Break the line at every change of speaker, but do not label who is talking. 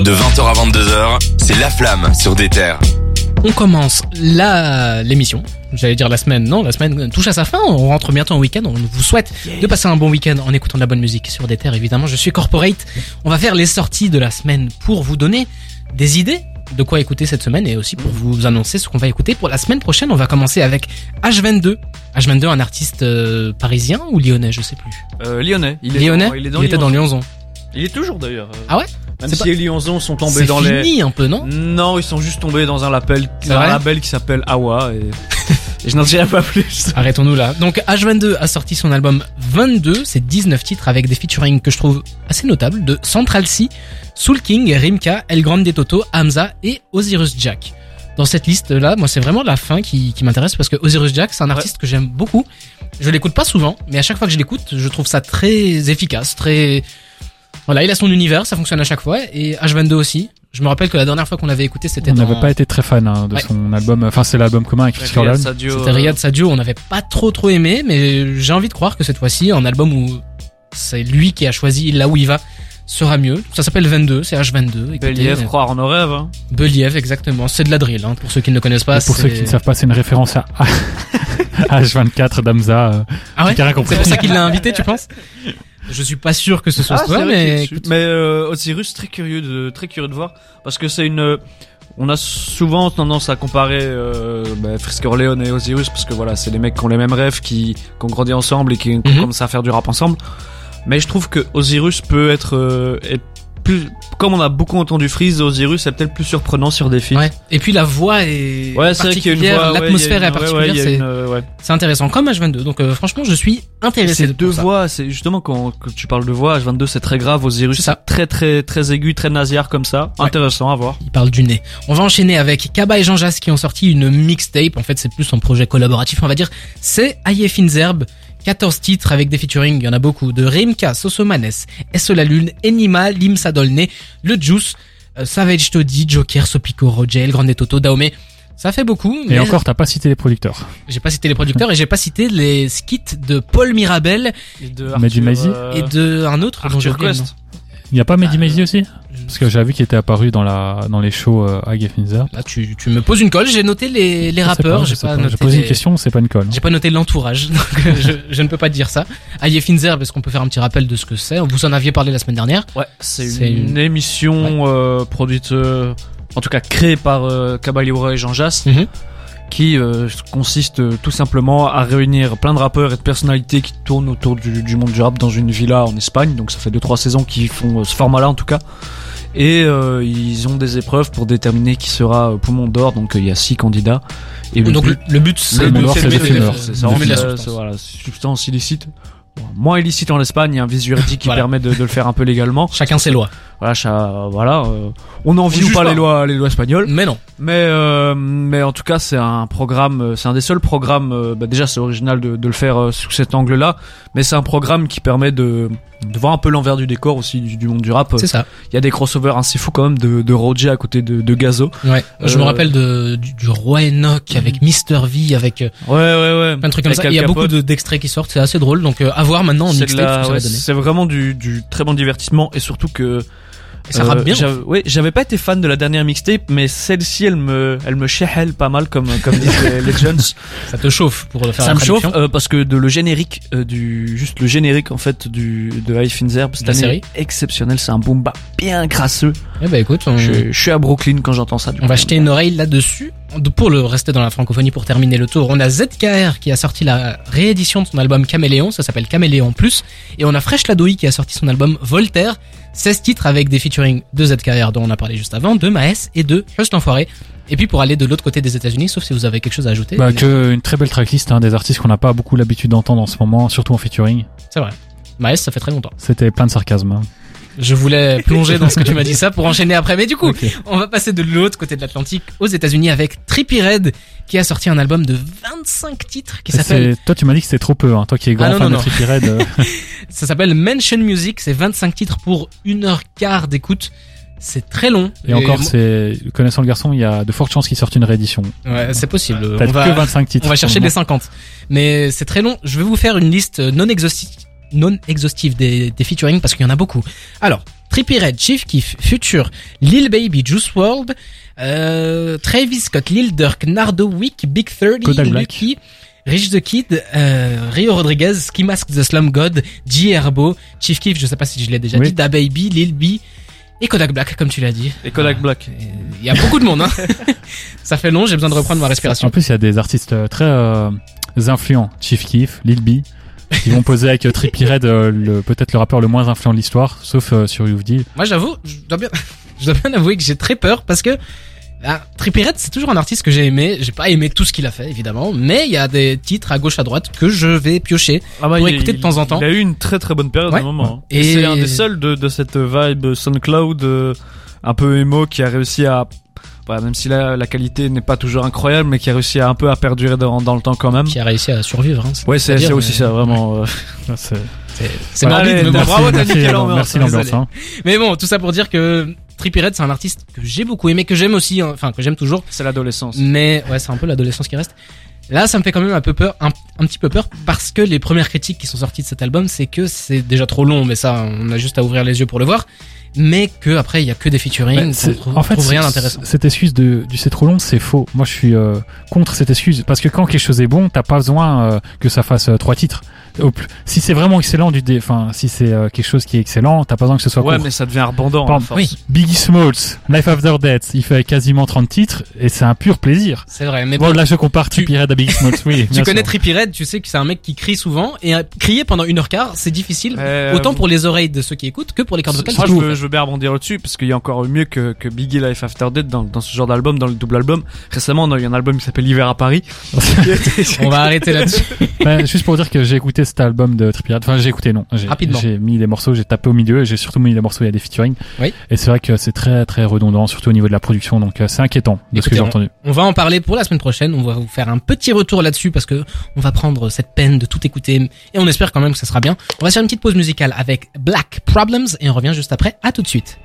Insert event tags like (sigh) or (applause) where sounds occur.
De 20h à 22h, c'est La Flamme sur des terres.
On commence la l'émission. J'allais dire la semaine, non, la semaine touche à sa fin. On rentre bientôt en week-end. On vous souhaite de passer un bon week-end en écoutant de la bonne musique sur des terres. Évidemment, je suis corporate. On va faire les sorties de la semaine pour vous donner des idées de quoi écouter cette semaine et aussi pour vous annoncer ce qu'on va écouter pour la semaine prochaine. On va commencer avec H22. H22, un artiste euh, parisien ou lyonnais, je sais plus.
Euh, Lyonnais. Il est
lyonnais.
dans- il, est dans
était dans
Lyonzon.
Lyonzon.
Il est toujours d'ailleurs. euh,
Ah ouais
Même
C'est
si
pas-
les Lyonzons sont tombés
C'est
dans les.
fini un peu, non
Non, ils sont juste tombés dans un label,
C'est
dans un
vrai
label qui s'appelle Awa et, et (laughs) je n'en dirai pas plus.
(laughs) Arrêtons-nous là. Donc H22 a sorti son album 22, c'est 19 titres avec des featuring que je trouve assez notables de Central C, Soul King, Rimka, El Grande des Toto, Hamza et Osiris Jack. Dans cette liste là, moi c'est vraiment la fin qui, qui m'intéresse parce que Osiris Jack c'est un artiste que j'aime beaucoup. Je l'écoute pas souvent, mais à chaque fois que je l'écoute, je trouve ça très efficace, très... Voilà, il a son univers, ça fonctionne à chaque fois et H22 aussi. Je me rappelle que la dernière fois qu'on avait écouté c'était
On
dans...
n'avait pas été très fan hein, de
Ouais.
son album. Enfin, c'est l'album commun avec Christopher Nolan.
Sadio,
C'était
euh,
Riyad Sadio, on n'avait pas trop trop aimé, mais j'ai envie de croire que cette fois-ci, un album où c'est lui qui a choisi là où il va sera mieux. Ça s'appelle 22, c'est H22. écoutez,
Believ,
euh,
croire en nos rêves. hein.
Believ, exactement. C'est de la drill, hein, pour ceux qui ne le connaissent pas.
Et pour
c'est-
ceux qui ne savent pas, c'est une référence à
(laughs)
à H24 d'Amza. euh,
Ah ouais
qui a rien compris.
C'est pour ça qu'il l'a invité,
(laughs)
tu penses Je suis pas sûr que ce soit
Ah, c'est
toi,
vrai qu'il est
mais
dessus. mais euh, Osiris très curieux de très curieux de voir parce que c'est une euh, on a souvent tendance à comparer euh, bah, Frisk Orleans et Osiris parce que voilà c'est des mecs qui ont les mêmes rêves qui, qui ont grandi ensemble et qui ont
Mhm.
commencé à faire du rap ensemble mais je trouve que Osiris peut être euh, est plus comme on a beaucoup entendu Freeze Osiris est peut-être plus surprenant sur des films
Ouais. Et puis la voix est
c'est vrai qu'il y a
particulière,
une voix ouais,
l'atmosphère
il y a
est
une- ouais, ouais,
particulière,
il y a
c'est-
une, euh, ouais.
c'est intéressant. Comme H22, donc euh, franchement, je suis intéressé.
C'est
pour
deux
ça.
voix, c'est justement quand, quand tu parles de voix, H22 c'est très grave, Osiris
C'est ça.
c'est très très très aigu, très nasillard comme ça,
Ouais.
intéressant à voir.
Il parle du nez. On va enchaîner avec Kaba et Jean Jas qui ont sorti une mixtape. En fait, c'est plus un projet collaboratif, on va dire. C'est Aïe Finzerb. 14 titres avec des featuring, il y en a beaucoup. De Rimka, Sosomanes, S.O. La Lune, Enima, Limsa Dolné, Le Juice, euh, Savage Toddy, Joker, Sopico, Roger, El Grande Toto, Daomé. Ça fait beaucoup, mais
Et encore, t'as pas cité les producteurs.
j'ai pas cité les producteurs et j'ai pas cité les skits de Paul Mirabel
Et de
Mais du Maisy
et de un autre dont j'ai
Euh, Arthur
oublié le
Coste.
Il n'y a pas Mehdi
Ah,
Maizy aussi
nom.
Parce que j'avais vu qu'il était apparu dans la dans les shows euh, à Geffenzer.
Là, tu, tu me poses une colle, j'ai noté les, les rappeurs, j'ai pas, noté
J'ai posé une
les-
question, c'est pas une colle. hein.
J'ai pas noté l'entourage, (laughs) donc euh, je, je ne peux pas dire ça. Aïe Finzer, parce qu'on peut faire un petit rappel de ce que c'est. Vous en aviez parlé la semaine dernière.
Ouais, c'est
C'est
une,
une-
émission euh, produite, euh, en tout cas créée par euh, Caballero et Jean Jass,
Mhm.
qui euh, consiste euh, tout simplement à réunir plein de rappeurs et de personnalités qui tournent autour du, du monde du rap dans une villa en Espagne. Donc ça fait 2-3 saisons qu'ils font euh, ce format-là en tout cas. Et euh, ils ont des épreuves pour déterminer qui sera euh, poumon d'or. Donc euh, il y a 6 candidats. Et
donc
but-
le, le but, c'est
Le
de-
but, c'est
de-
le
de-
fumeur.
C'est
de-
ça,
de-
on
de-
met
la
la
substance.
voilà, substance illicite. Bon, Moins illicite en Espagne, il y a un vice juridique qui
Voilà.
permet de, de le faire un peu légalement.
Chacun ses lois.
Voilà, ça- voilà euh, on en vit
juge
ou pas,
pas.
les lois, les lois espagnoles.
Mais non.
Mais, euh, mais en tout cas, c'est un programme, euh, c'est un des seuls programmes. euh, bah, déjà, c'est original de, de le faire euh, sous cet angle-là, mais c'est un programme qui permet de, de voir un peu l'envers du décor aussi du, du monde du rap.
C'est ça.
Il y a des crossovers assez fous quand même de, de Roger à côté de, de Gazo.
Ouais. Je me
Euh,
rappelle de, du, du roi Enoch avec Mister V, avec euh,
Ouais, ouais, ouais.
plein de trucs comme
Avec
ça.
Al
Il y a
Capote.
beaucoup de- d'extraits qui sortent. C'est assez drôle. Donc euh, à voir maintenant en
C'est de
mixtape
la-
ce que ça va
ouais,
donner.
c'est vraiment du, du très bon divertissement et surtout que
Et ça rappe
Euh,
bien.
j'avais- Oui, j'avais pas été fan de la dernière mixtape, mais celle-ci, elle me, elle me chéhelle pas mal, comme, comme
(laughs)
disent les, les jeunes.
Ça te chauffe pour le faire.
Ça
la
me chauffe,
traduction.
euh, parce que de le générique, euh, du, juste le générique, en fait, du, de High Finzerb, cette
La
année,
série
est exceptionnel, c'est un boom bap bien crasseux.
Eh ben écoute, on,
Je, je suis à Brooklyn quand j'entends ça, du
On
coup.
va jeter une oreille là-dessus. Pour le rester dans la francophonie, pour terminer le tour, on a ZKR qui a sorti la réédition de son album Caméléon, ça s'appelle Caméléon Plus. Et on a Fresh Ladoui qui a sorti son album Voltaire, 16 titres avec des featuring de ZKR dont on a parlé juste avant, de Maes et de Just Enfoiré. Et puis pour aller de l'autre côté des États-Unis, sauf si vous avez quelque chose à ajouter.
Bah, que une très belle tracklist, hein, des artistes qu'on n'a pas beaucoup l'habitude d'entendre en ce moment, surtout en featuring.
C'est vrai. Maes, ça fait très longtemps.
C'était plein de sarcasme. hein.
Je voulais plonger dans ce que tu m'as dit ça pour enchaîner après. Mais du coup,
Ok.
On va passer de l'autre côté de l'Atlantique aux États-Unis avec Trippie Red qui a sorti un album de 25 titres qui s'appelle
C'est- Toi, tu m'as dit que c'était trop peu. Hein. Toi qui es grand
Ah, non,
fan
non,
de
non. (laughs)
Trippie Redd, euh,
ça s'appelle Mention Music, c'est 25 titres pour une heure quart d'écoute. C'est très long.
et encore,
moi-
c'est connaissant le garçon, il y a de fortes chances qu'il sorte une réédition.
Ouais, c'est possible.
T'as
Euh, on va
que 25 titres.
on va chercher
pour le
les 50. Mais c'est très long. Je vais vous faire une liste non exhaustive non exhaustive des, des featuring parce qu'il y en a beaucoup. Alors, Trippie Red, Chief Keef, Future, Lil Baby, Juice WRLD, euh, Travis Scott, Lil Durk, Nardo Wick, Big 30,
Kodak Black.
Lucky, Rich the Kid, euh, Rio Rodriguez, Ski Mask the Slum God, G Herbo, Chief Keef, je sais pas si je l'ai déjà
Oui.
dit, Da Baby, Lil B et Kodak Black comme tu l'as dit.
Et Kodak Black.
Il y a beaucoup de monde hein.
(laughs)
Ça fait long, j'ai besoin de reprendre ma
En
respiration.
plus, il y a des artistes euh, très euh, influents. Chief Keef, Lil B. Ils vont poser avec euh, Trippie Redd, euh, le- peut-être le rappeur le moins influent de l'histoire, sauf euh, sur You've Deal.
Moi j'avoue, je dois bien (laughs) je dois bien avouer que j'ai très peur parce que bah, Trippie Redd, c'est toujours un artiste que j'ai aimé. J'ai pas aimé tout ce qu'il a fait, évidemment, mais il y a des titres à gauche, à droite que je vais piocher.
Ah bah,
Pour écouter de temps en temps.
Il a eu une très très bonne période
Ouais.
à un moment. hein.
Et-
Et, c'est un des seuls de, de cette vibe SoundCloud euh, un peu emo qui a réussi à. bah, même si la, la qualité n'est pas toujours incroyable, mais qui a réussi à un peu à perdurer dans, dans le temps quand même.
Qui a réussi à survivre, hein. C'est-
Ouais, c'est
c'est-à-dire,
c'est aussi
mais-
ça, vraiment. euh,
Ah, c'est-
C'est c'est
Voilà.
morbide,
Allez,
mais bon.
t'as Bravo, t'as
(laughs) merci,
niqué
euh,
l'ambiance,
Merci
hein,
l'ambiance.
désolé.
hein.
Mais bon, tout ça pour dire que Trippie Redd, c'est un artiste que j'ai beaucoup aimé, que j'aime aussi, hein, enfin que j'aime toujours,
c'est l'adolescence.
mais ouais, c'est un peu l'adolescence qui reste. Là, ça me fait quand même un peu peur, un, un petit peu peur, parce que les premières critiques qui sont sorties de cet album, c'est que c'est déjà trop long, mais ça, on a juste à ouvrir les yeux pour le voir, mais que après, il y a que des
Ben,
featuring,
c'est-
qu'on trouve,
en fait,
trouve rien
c-
d'intéressant.
c- Cette excuse de, du c'est trop long, c'est faux. Moi, je suis euh, contre cette excuse parce que quand quelque chose est bon, t'as pas besoin euh, que ça fasse euh, trois titres. Au plus- Si c'est vraiment excellent du dé, enfin, si c'est euh, quelque chose qui est excellent, t'as pas besoin que ce soit
Ouais,
court.
mais ça devient hein, abondant.
Pardon,
oui.
Biggie Smalls, Life After Death, il fait quasiment 30 titres et c'est un pur plaisir.
C'est vrai, mais
Bon,
bon,
là, je compare
ben, tu-
Trippie Redd à Biggie Smalls, oui.
(laughs) tu
bien
connais
sûr.
Trippie Redd, tu sais que c'est un mec qui crie souvent, et euh, crier pendant une heure quart, c'est difficile,
Euh,
Euh,
autant pour les oreilles de ceux qui écoutent que pour les cordes vocales.
Moi,
qui
je
jouent.
veux, je veux bien rebondir là-dessus, parce qu'il y a encore mieux que, que Biggie Life After Death dans, dans ce genre d'album, dans le double album. Récemment, on a eu un album qui s'appelle Hiver à Paris.
(laughs)
On va arrêter là-dessus.
Ben, juste pour dire que j'ai écouté cet album de Trippie Redd. Enfin, j'ai écouté, non. J'ai-
Rapidement.
J'ai mis des morceaux, j'ai tapé au milieu et j'ai surtout mis des morceaux, il y a des featuring.
Oui.
Et c'est vrai que c'est très, très redondant, surtout au niveau de la production. Donc, euh, c'est inquiétant de ce
Écoutez,
que j'ai entendu.
On va en parler pour la semaine prochaine. On va vous faire un petit retour là-dessus parce que on va prendre cette peine de tout écouter et on espère quand même que ça sera bien. On va se faire une petite pause musicale avec Black Problems et on revient juste après. À tout de suite.